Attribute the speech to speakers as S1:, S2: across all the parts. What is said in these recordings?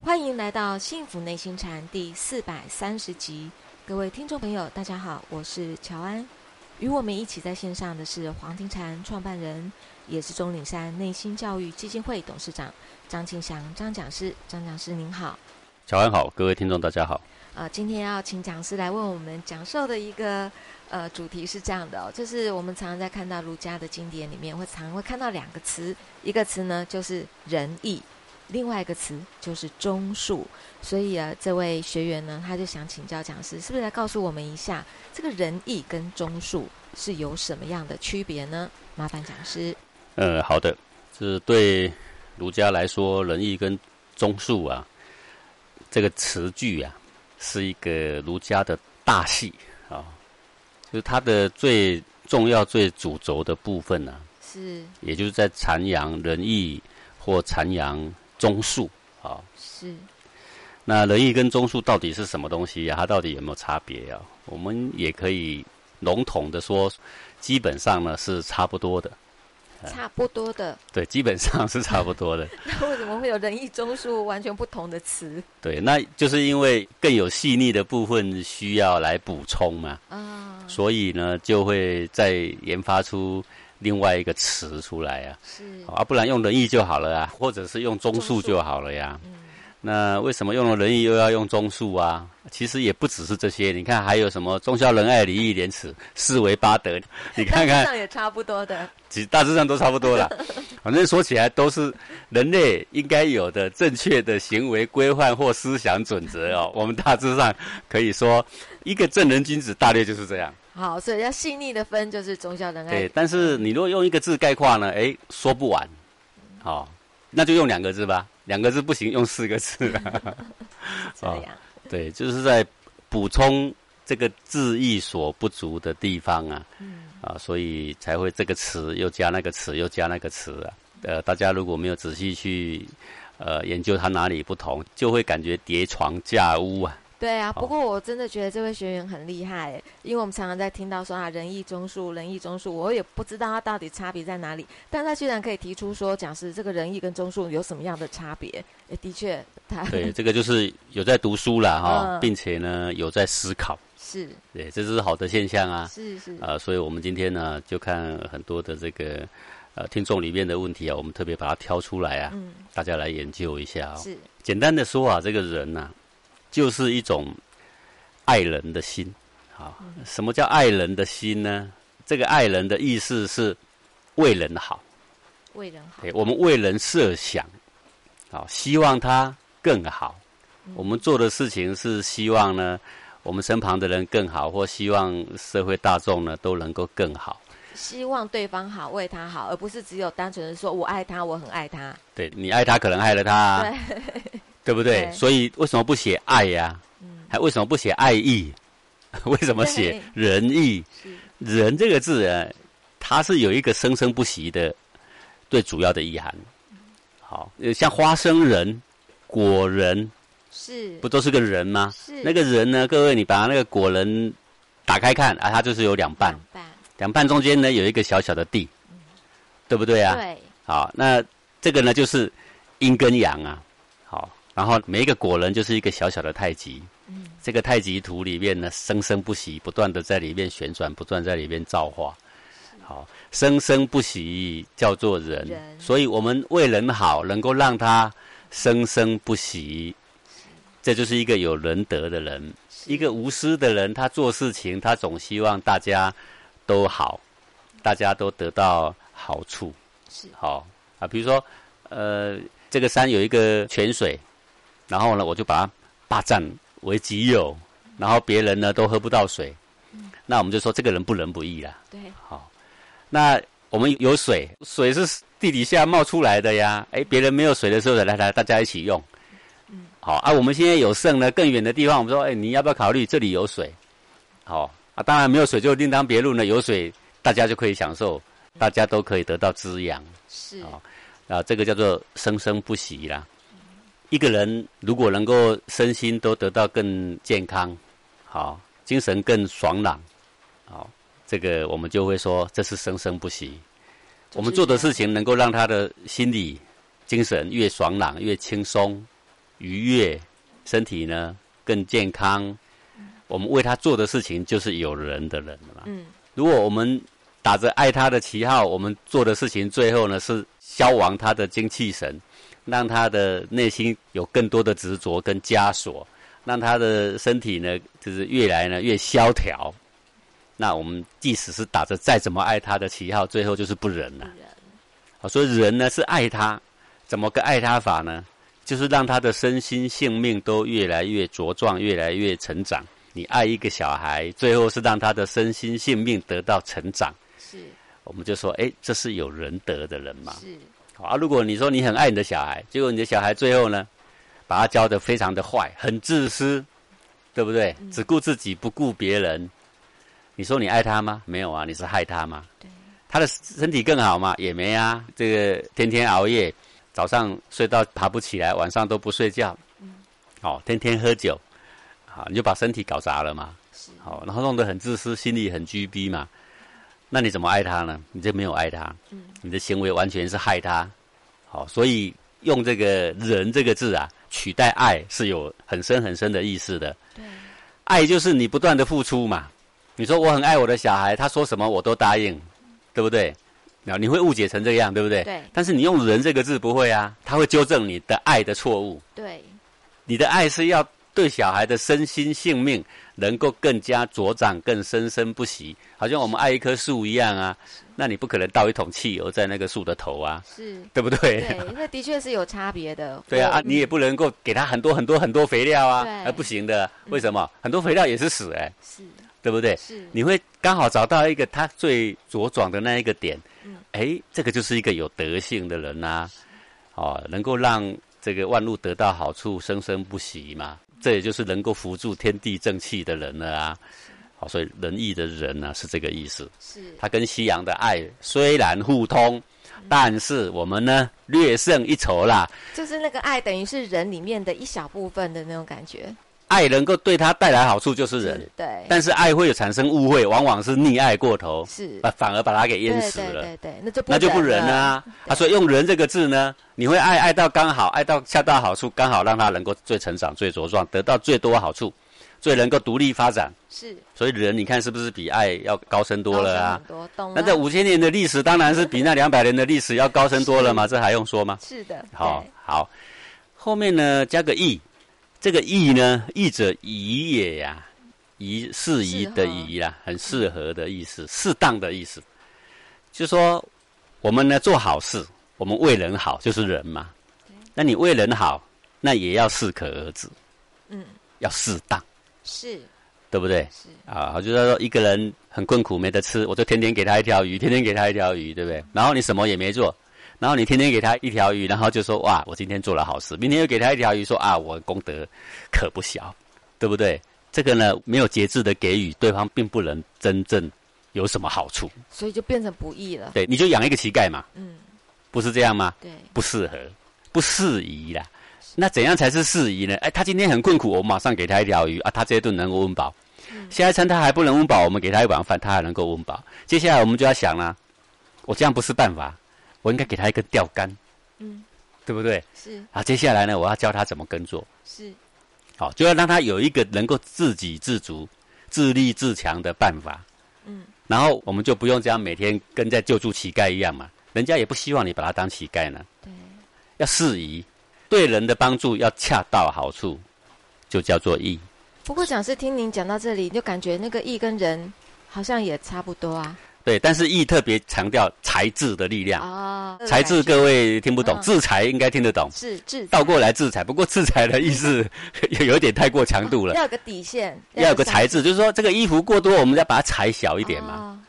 S1: 欢迎来到《幸福内心禅》第四百三十集，各位听众朋友，大家好，我是乔安。与我们一起在线上的是黄庭禅创办人，也是钟岭山内心教育基金会董事长张庆祥张讲师。张讲师您好，
S2: 乔安好，各位听众大家好。
S1: 呃，今天要请讲师来为我们讲授的一个呃主题是这样的哦，就是我们常常在看到儒家的经典里面，会常会看到两个词，一个词呢就是仁义，另外一个词就是忠恕。所以啊，这位学员呢，他就想请教讲师，是不是来告诉我们一下，这个仁义跟忠恕是有什么样的区别呢？麻烦讲师。
S2: 呃，好的，这对儒家来说，仁义跟忠恕啊，这个词句啊，是一个儒家的大戏啊，就是它的最重要、最主轴的部分呢、啊，
S1: 是
S2: 也就是在阐扬仁义或阐扬忠恕啊。
S1: 是，
S2: 那仁义跟忠恕到底是什么东西啊呀、它到底有没有差别啊？我们也可以笼统的说，基本上呢是差不多的。
S1: 差不多的。
S2: 对，基本上是差不多的。
S1: 那为什么会有仁义忠恕完全不同的词
S2: 对，那就是因为更有细腻的部分需要来补充嘛，
S1: 啊？
S2: 所以呢，就会再研发出另外一个词出来啊，
S1: 是，
S2: 啊，不然用仁义就好了啊，或者是用中
S1: 中
S2: 数
S1: 数
S2: 就好了呀。
S1: 嗯，
S2: 那为什么用了仁义又要用中数啊？其实也不只是这些，你看还有什么忠孝仁爱礼义廉耻四维八德， 你
S1: 大
S2: 看
S1: 致
S2: 看，
S1: 上也差不多的。
S2: 其实大致上都差不多啦。反正说起来都是人类应该有的正确的行为规范或思想准则哦。我们大致上可以说，一个正人君子大略就是这样。
S1: 好，所以要细腻的分就是忠孝仁
S2: 对
S1: 爱，，
S2: 但是你如果用一个字概括呢，诶，说不完，好、那就用两个字吧。两个字不行，用四个字吧。
S1: 这
S2: 哦
S1: 样。
S2: 对，就是在补充这个字义所不足的地方啊。
S1: 嗯，
S2: 啊，所以才会这个词又加那个词又加那个词啊。呃，大家如果没有仔细去呃研究它哪里不同，就会感觉叠床架屋啊。
S1: 对啊。
S2: 好
S1: 不过我真的觉得这位学员很厉害，因为我们常常在听到说啊仁义忠恕，仁义忠恕，我也不知道他到底差别在哪里，但他居然可以提出说，讲师这个仁义跟忠恕有什么样的差别？也的确，他
S2: 对，这个就是有在读书啦哈、
S1: 嗯
S2: 并且呢有在思考，
S1: 是
S2: 对，这是好的现象啊。
S1: 是是
S2: 啊、所以我们今天呢就看很多的这个呃听众里面的问题啊，我们特别把它挑出来啊，
S1: 嗯
S2: 大家来研究一下啊、
S1: 是
S2: 简单的说啊，这个人呐、就是一种爱人的心。好，什么叫爱人的心呢？这个爱人的意思是为人好，
S1: 为人好
S2: 诶，我们为人设想，好，希望他更好。我们做的事情是希望呢，我们身旁的人更好，或希望社会大众呢都能够更好。
S1: 希望对方好，为他好，而不是只有单纯的说我爱他，我很爱他。
S2: 对你爱他，可能害了他、啊，对不对？
S1: 对
S2: 所以为什么不写爱呀、
S1: 嗯，
S2: 还为什么不写爱意？ 为什么写仁义？
S1: 是
S2: 仁这个字啊，它是有一个生生不息的最主要的意涵。好，呃像花生仁、果仁，
S1: 是
S2: 不都是个仁吗？
S1: 是
S2: 那个仁呢，各位你把那个果仁打开看啊，它就是有两半
S1: 两，半
S2: 两半中间呢有一个小小的地，对不对啊？
S1: 对
S2: 好，那这个呢就是阴跟阳啊。好，然后每一个果仁就是一个小小的太极。
S1: 嗯
S2: 这个太极图里面呢，生生不息，不断的在里面旋转，不断在里面造化。好，生生不息叫做人，
S1: 人
S2: 所以我们为人好，能够让他生生不息，这就是一个有仁德的人，
S1: 是
S2: 一个无私的人。他做事情，他总希望大家都好，大家都得到好处。
S1: 是
S2: 好啊，比如说，呃，这个山有一个泉水，然后呢，我就把它霸占为己有，然后别人呢都喝不到水，那我们就说这个人不仁不义啦。
S1: 对
S2: 好，那我们有水，水是地底下冒出来的呀。哎，别人没有水的时候，来来，大家一起用。
S1: 嗯
S2: 好啊，我们现在有剩呢，更远的地方，我们说，哎，你要不要考虑这里有水？好啊，当然没有水就另当别论了。有水，大家就可以享受，大家都可以得到滋养。
S1: 是
S2: 好啊，这个叫做生生不息啦。一个人如果能够身心都得到更健康，好，精神更爽朗，好，这个我们就会说这是生生不息。我们做的事情能够让他的心理、精神越爽朗、越轻松，愉悦，身体呢更健康。我们为他做的事情就是有仁的人嘛。
S1: 嗯，
S2: 如果我们打着爱他的旗号，我们做的事情最后呢是消亡他的精气神，让他的内心有更多的执着跟枷锁，让他的身体呢就是越来呢越萧条。那我们即使是打着再怎么爱他的旗号，最后就是不仁了、
S1: 人
S2: 啊，所以人呢是爱他，怎么个爱他法呢？就是让他的身心性命都越来越茁壮，越来越成长。你爱一个小孩，最后是让他的身心性命得到成长，
S1: 啊是
S2: 我们就说，哎，这是有仁德的人嘛。
S1: 是，
S2: 好啊，如果你说你很爱你的小孩，结果你的小孩最后呢，把他教得非常的坏，很自私，对不对？
S1: 嗯
S2: 只顾自己不顾别人，你说你爱他吗？没有啊，你是害他吗？
S1: 对，
S2: 他的身体更好吗？也没啊，这个天天熬夜，早上睡到爬不起来，晚上都不睡觉，
S1: 嗯
S2: 哦，天天喝酒，好，你就把身体搞砸了嘛，
S1: 是
S2: 好，然后弄得很自私，心里很拘逼嘛，那你怎么爱他呢？你就没有爱他，
S1: 嗯
S2: 你的行为完全是害他，好，所以用这个“人”这个字啊，取代爱是有很深很深的意思的，
S1: 对，
S2: 爱就是你不断的付出嘛。你说我很爱我的小孩，他说什么我都答应，对不对？那你会误解成这样，对不对？
S1: 对
S2: 但是你用“人”这个字不会啊，他会纠正你的爱的错误。
S1: 对，
S2: 你的爱是要对小孩的身心性命能够更加茁长、更生生不息，好像我们爱一棵树一样啊。那你不可能倒一桶汽油在那个树的头啊，
S1: 是，
S2: 对不对？
S1: 对，那的确是有差别的。
S2: 对啊，
S1: 我嗯
S2: 啊，你也不能够给它很多很多很多肥料啊，
S1: 对
S2: 啊，不行的，为什么？很多肥料也是屎哎、
S1: 是
S2: 对不对？
S1: 是，
S2: 你会刚好找到一个他最茁壮的那一个点
S1: 嗯，
S2: 哎，这个就是一个有德性的人呐、哦，能够让这个万物得到好处，生生不息嘛，这也就是能够扶助天地正气的人了啊。好，所以仁义的人呢、是这个意思，
S1: 是
S2: 它跟西洋的爱虽然互通，但是我们呢略胜一筹啦。
S1: 就是那个爱，等于是人里面的一小部分的那种感觉。
S2: 爱能够对他带来好处就是仁
S1: 是，对，
S2: 但是爱会有产生误会，往往是溺爱过头，
S1: 是，
S2: 把反而把他给
S1: 对
S2: 淹死
S1: 对
S2: 了。
S1: 对对，那就不
S2: 那就不仁
S1: 了
S2: 啊！啊，所以用“仁”这个字呢，你会爱爱到刚好，爱到恰到好处，刚好让他能够最成长、最茁壮，得到最多好处，最能够独立发展。
S1: 是
S2: 所以仁，你看是不是比爱要高深多了啊？
S1: 高深很多嗯懂
S2: 那这
S1: 了
S2: 五千年的历史，当然是比那两百年的历史要高深多了嘛，
S1: 是
S2: 这还用说吗？
S1: 是的，
S2: 好
S1: 对
S2: 好，后面呢加个义，这个义呢，义者宜也呀、宜适宜的宜啦、很适合的意思，适当的意思。就说我们呢做好事，我们为人好就是人嘛。那你为人好，那也要适可而止，
S1: 嗯，
S2: 要适当，
S1: 是
S2: 对不对？
S1: 是
S2: 啊，就是说一个人很困苦没得吃，我就天天给他一条鱼， 天天给他一条鱼，对不对？然后你什么也没做，然后你天天给他一条鱼，然后就说哇，我今天做了好事，明天又给他一条鱼，说啊，我功德可不小，对不对？这个呢，没有节制的给予，对方并不能真正有什么好处。
S1: 所以就变成不易了。
S2: 对，你就养一个乞丐嘛，
S1: 嗯，
S2: 不是这样吗？
S1: 对，
S2: 不适合，不适宜啦。那怎样才是适宜呢？哎，他今天很困苦，我马上给他一条鱼啊，他这一顿能够温饱。下一餐他还不能温饱，我们给他一碗饭，他还能够温饱。接下来我们就要想啦、我这样不是办法，我应该给他一根钓竿，
S1: 嗯，
S2: 对不对？
S1: 是
S2: 啊，接下来呢，我要教他怎么耕作，
S1: 是
S2: 好、就要让他有一个能够自给自足、自立自强的办法。
S1: 嗯，
S2: 然后我们就不用这样每天跟在救助乞丐一样嘛，人家也不希望你把他当乞丐呢。
S1: 对，
S2: 要适宜，对人的帮助要恰到好处，就叫做义。
S1: 不过讲是听您讲到这里，就感觉那个义跟人好像也差不多啊。
S2: 对，但是义特别强调才智的力量。
S1: 啊，
S2: 才智各位听不懂，
S1: 嗯
S2: 制裁应该听得懂。
S1: 是智
S2: 倒过来制裁，不过制裁的意思 有有点太过强度了，
S1: 要有个底线，
S2: 要有个
S1: 才
S2: 裁制，就是说这个衣服过多，我们要把它裁小一
S1: 一
S2: 点嘛。
S1: 嘛。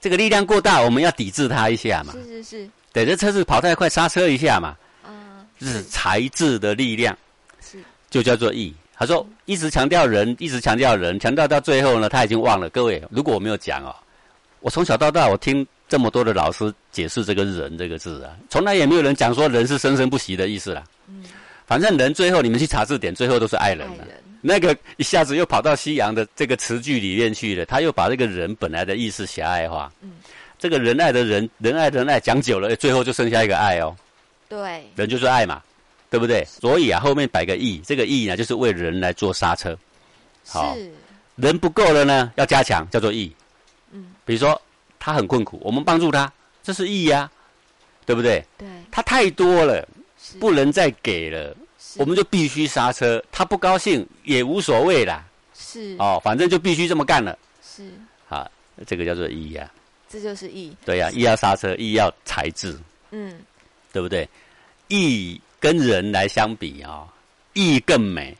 S2: 这个力量过大，我们要抵制它一下嘛。
S1: 是哦是是
S2: 对，这车子跑太快，刹车一下嘛，
S1: 啊，
S2: 就是才智的力量。
S1: 是
S2: 就叫做义。他说
S1: 嗯
S2: 一直强调人，一直强调人，强调到最后呢，他已经忘了。各位，如果我没有讲哦，我从小到大我听这么多的老师解释这个“人”这个字啊，从来也没有人讲说人是生生不息的意思啦。
S1: 嗯
S2: 反正人最后你们去查字典，最后都是爱
S1: 爱
S2: 人的。
S1: 人
S2: 那个一下子又跑到西洋的这个词句里面去了，他又把这个人本来的意思狭隘化。
S1: 嗯，
S2: 这个
S1: 嗯
S2: 仁爱的人，仁爱的仁爱讲久了，最后就剩下一个爱哦，
S1: 对
S2: 人就是爱嘛。对不对？所以啊，后面摆个义，这个义呢，就是为人来做刹车。好
S1: 是，
S2: 人不够了呢，要加强，叫做义。
S1: 嗯，
S2: 比如说他很困苦，我们帮助他，这是义呀、对不对？
S1: 对，
S2: 他太多了，
S1: 是
S2: 不能再给了，
S1: 嗯是
S2: 我们就必须刹车。他不高兴也无所谓啦，
S1: 是
S2: 哦，反正就必须这么干了。
S1: 是，
S2: 啊，这个叫做义呀、
S1: 这就是义，
S2: 对呀、义要刹车，义要才智，
S1: 嗯，
S2: 对不对？义跟人来相比啊、义更美，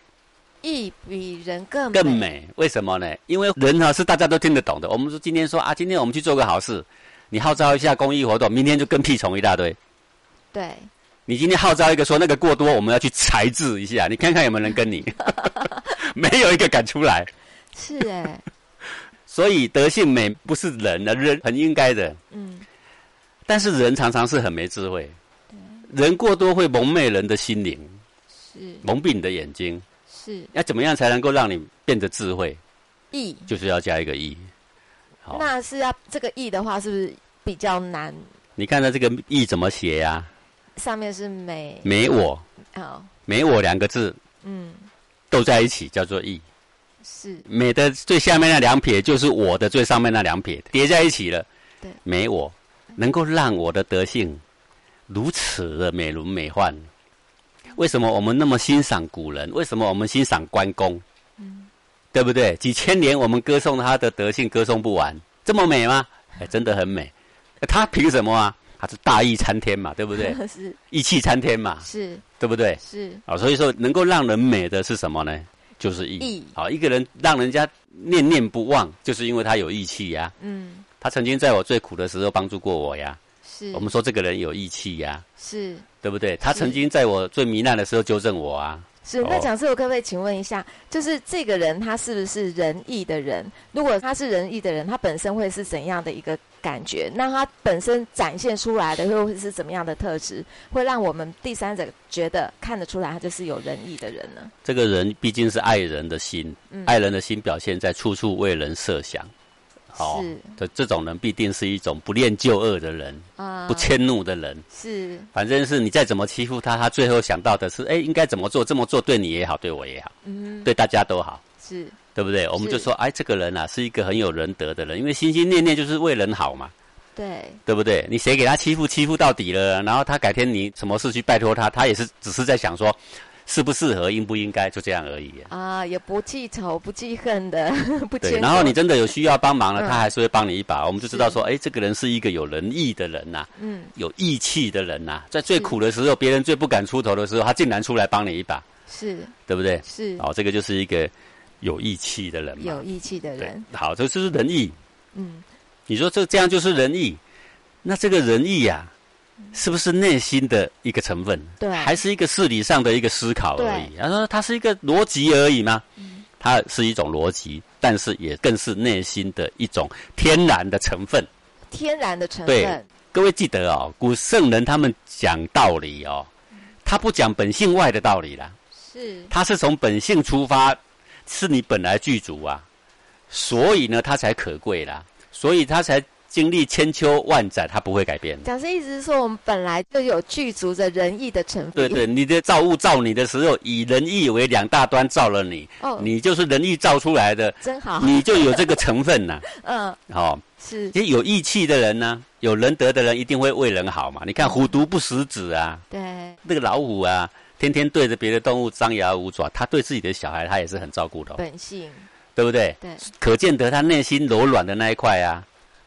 S1: 义比人更
S2: 更美。为什么呢？因为人哦哈、是大家都听得懂的。我们说今天说啊，今天我们去做个好事，你号召一下公益活动，明天就跟屁虫一大堆。
S1: 对，
S2: 你今天号召一个说那个过多，我们要去裁制一下，你看看有没有人跟你，没有一个敢出来。
S1: 是哎，
S2: 所以德性美不是人的，人很应该的，
S1: 嗯，
S2: 但是人常常是很没智慧，人过多会蒙昧人的心灵，
S1: 是
S2: 蒙蔽你的眼睛。
S1: 是
S2: 要怎么样才能够让你变得智慧？
S1: 义，
S2: 就是要加一个义。好，
S1: 那是要这个义的话，是不是比较难？
S2: 你看到这个义怎么写呀、
S1: 上面是美，
S2: 没我，
S1: 好，
S2: 没我两个字
S1: 嗯，
S2: 斗在一起叫做 E 义。
S1: 是
S2: 美的最下面那两撇就是我的最上面那两撇叠在一起了。
S1: 对
S2: 没我能够让我的德性如此的美轮美奂。为什么我们那么欣赏古人？为什么我们欣赏关公？嗯，对不对？几千年我们歌颂他的德性，歌颂不完，这么美吗？哎，真的很美。哎他凭什么啊？他是大义参天嘛，对不 对？
S1: 是
S2: 义气参天嘛，
S1: 是
S2: 对不对？
S1: 是
S2: 啊，所以说能够让人美的是什么呢？就是义。
S1: 义
S2: 好，一个人让人家念念不忘，就是因为他有义气呀。
S1: 嗯
S2: 他曾经在我最苦的时候帮助过我呀。
S1: 是，
S2: 我们说这个人有义气呀，
S1: 是
S2: 对不对？他
S1: 是
S2: 曾经在我最糜烂的时候纠正我啊。
S1: 是，
S2: 哦
S1: 那讲师，我可不可以请问一下，就是这个人他是不是仁义的人？如果他是仁义的人，他本身会是怎样的一个感觉？那他本身展现出来的又会是怎么样的特质，会让我们第三者觉得看得出来他就是有仁义的人呢？
S2: 这个人毕竟是爱人的心，
S1: 嗯
S2: 爱人的心表现在处处为人设想。好
S1: 是，
S2: 这这种人必定是一种不恋旧恶的人，
S1: 啊、
S2: 不迁怒的人。
S1: 是
S2: 反正是你再怎么欺负他，他最后想到的是，哎，应该怎么做？这么做对你也好，对我也好，
S1: 嗯
S2: 对大家都好，
S1: 是
S2: 对不对？我们
S1: 是
S2: 就说，哎，这个人啊，是一个很有仁德的人，因为心心念念就是为人好嘛，
S1: 对
S2: 对不对？你谁给他欺负，欺负到底了，然后他改天你什么事去拜托他，他也是只是在想说，适不适合，应不应该，就这样而已。
S1: 啊、也不记仇不记恨的 不
S2: 对，
S1: 迁
S2: 然后
S1: 就
S2: 你真的有需要帮忙
S1: 嗯
S2: 了，他还是会帮你一把。我们就知道说，哎，这个人是一个有仁义的人呐、
S1: 嗯
S2: 有义气的人呐、啊在最
S1: 是
S2: 苦的时候，别人最不敢出头的时候，他竟然出来帮你一把，
S1: 是
S2: 对不对？
S1: 是
S2: 哦，这个就是一个有义气的人嘛。
S1: 有义气的人，
S2: 对，好，这就是仁义。
S1: 嗯
S2: 你说这这样就是仁义，那这个仁义呀、是不是内心的一个成分？
S1: 对
S2: 还是一个事理上的一个思考而已。然后它是一个逻辑而已吗？它是一种逻辑，但是也更是内心的一种天然的成分。
S1: 天然的成
S2: 对
S1: 分
S2: 各位记得哦，古圣人他们讲道理哦，他不讲本性外的道理啦。
S1: 是
S2: 他是从本性出发，是你本来具足啊，所以呢，他才可贵啦，所以他才经历千秋万载，他不会改变的。
S1: 讲师意思是说，我们本来就有具足的仁义的成分。
S2: 对对，你的造物造你的时候，以仁义为两大端造了你，
S1: 哦，
S2: 你就是仁义造出来的，
S1: 真好。
S2: 你就有这个成分呐、
S1: 嗯，
S2: 哦，
S1: 是
S2: 其实有义气的人呢、有仁德的人一定会为人好嘛。你看虎毒不食子啊，
S1: 对，
S2: 那个老虎啊，天天对着别的动物张牙舞爪，他对自己的小孩他也是很照顾的、哦，
S1: 本性
S2: 对不对？
S1: 对
S2: 可见得他内心柔软的那一块啊，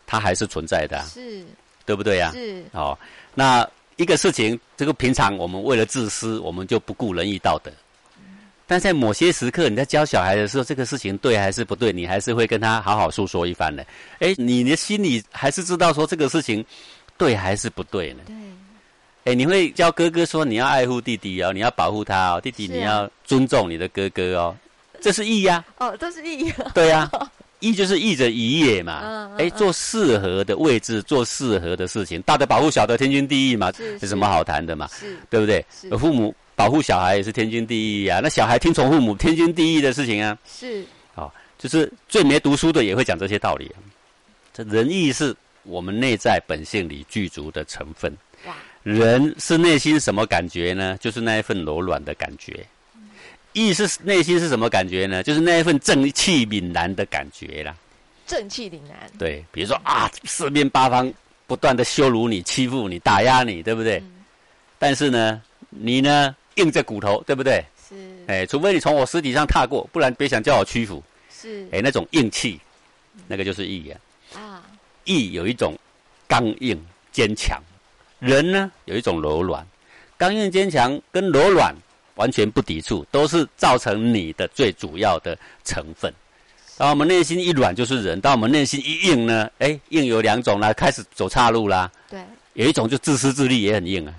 S2: 它还是存在的啊、
S1: 是啊
S2: 对不对呀、
S1: 是
S2: 好、那一个事情，这个平常我们为了自私，我们就不顾仁义道德。但在某些时刻，你在教小孩的时候，这个事情对还是不对，你还是会跟他好好诉说一番的。哎，你的心里还是知道说这个事情对还是不对呢？
S1: 对
S2: 哎，你会教哥哥说你要爱护弟弟哦，你要保护他哦，弟弟
S1: 是啊
S2: 你要尊重你的哥哥哦，这是义呀、
S1: 哦，都是 义。
S2: 对呀、义就是义者宜也嘛
S1: 嗯嗯。
S2: 哎、
S1: 嗯
S2: 做适合的位置，做适合的事情，大的保护小的，天经地义嘛，
S1: 是
S2: 有什么好谈的嘛？
S1: 是
S2: 对不对
S1: 是？
S2: 父母保护小孩也是天经地义啊，那小孩听从父母，天经地义的事情啊。
S1: 是
S2: 就是最没读书的也会讲这些道理、啊。这仁义是我们内在本性里具足的成分。
S1: 哇，
S2: 仁是内心什么感觉呢？就是那一份柔软的感觉。
S1: 嗯
S2: 义是内心是什么感觉呢？就是那一份正气凛然的感觉啦。
S1: 正气凛然，
S2: 对，比如说啊，四面八方不断的羞辱你、欺负你、打压你，对不对？
S1: 嗯
S2: 但是呢，你呢硬着骨头，对不对？
S1: 是
S2: 哎，除非你从我尸体上踏过，不然别想叫我屈服。
S1: 是
S2: 哎，那种硬气，那个就是义啊。
S1: 啊，
S2: 义有一种刚硬坚强，人呢有一种柔软。刚硬坚强跟柔软完全不抵触，都是造成你的最主要的成分。当我们内心一软就是人，当我们内心一硬呢，哎，硬有两种啦，开始走岔路啦。
S1: 对，
S2: 有一种就自私自利，也很硬啊。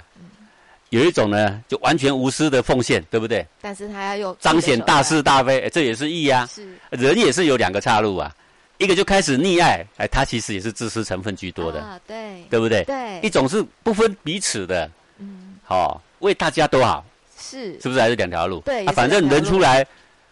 S2: 有一种呢，就完全无私的奉献，对不对？
S1: 但是他要有
S2: 彰显大
S1: 自己
S2: 是大非，哎这也是义啊
S1: 的。手段，是
S2: 人也是有两个岔路啊，一个就开始溺爱，哎，他其实也是自私成分居多的，
S1: 啊，对
S2: 对不对？一
S1: 对，
S2: 种是不分彼此的，
S1: 嗯，
S2: 好、为大家都好，
S1: 是
S2: 是不是？还是两条路？
S1: 对也
S2: 啊，
S1: 是
S2: 反正
S1: 两条
S2: 人
S1: 路
S2: 出来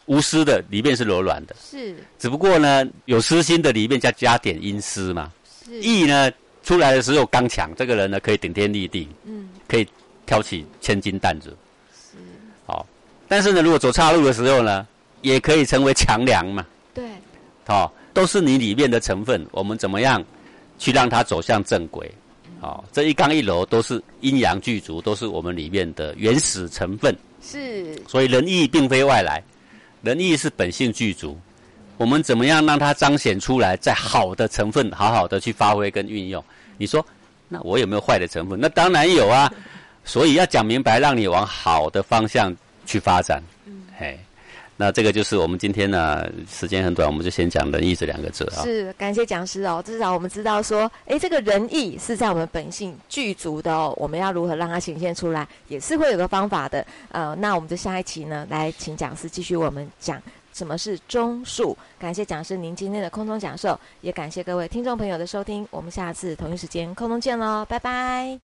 S2: 无私的，里面是柔软的，
S1: 是
S2: 只不过呢，有私心的里面再加点阴私嘛。
S1: 是，
S2: 义呢，出来的时候刚强，这个人呢可以顶天立地，
S1: 嗯
S2: 可以挑起千斤担子。
S1: 是，
S2: 好、但是呢，如果走岔路的时候呢，也可以成为强梁嘛。
S1: 对
S2: 哦，都是你里面的成分，我们怎么样去让它走向正轨？哦，这一刚一柔都是阴阳俱足，都是我们里面的原始成分。
S1: 是
S2: 所以仁义并非外来，仁义是本性具足。我们怎么样让它彰显出来，在好的成分好好的去发挥跟运用？你说，那我有没有坏的成分？那当然有啊。所以要讲明白，让你往好的方向去发展。嘿，那这个就是我们今天呢，时间很短，我们就先讲仁义这两个字啊。
S1: 是，感谢讲师哦，至少我们知道说，诶，这个仁义是在我们本性具足的哦，我们要如何让它显现出来，也是会有个方法的。呃，那我们就下一期呢，来请讲师继续我们讲什么是中术。感谢讲师您今天的空中讲授，也感谢各位听众朋友的收听，我们下次同一时间空中见喽，拜拜。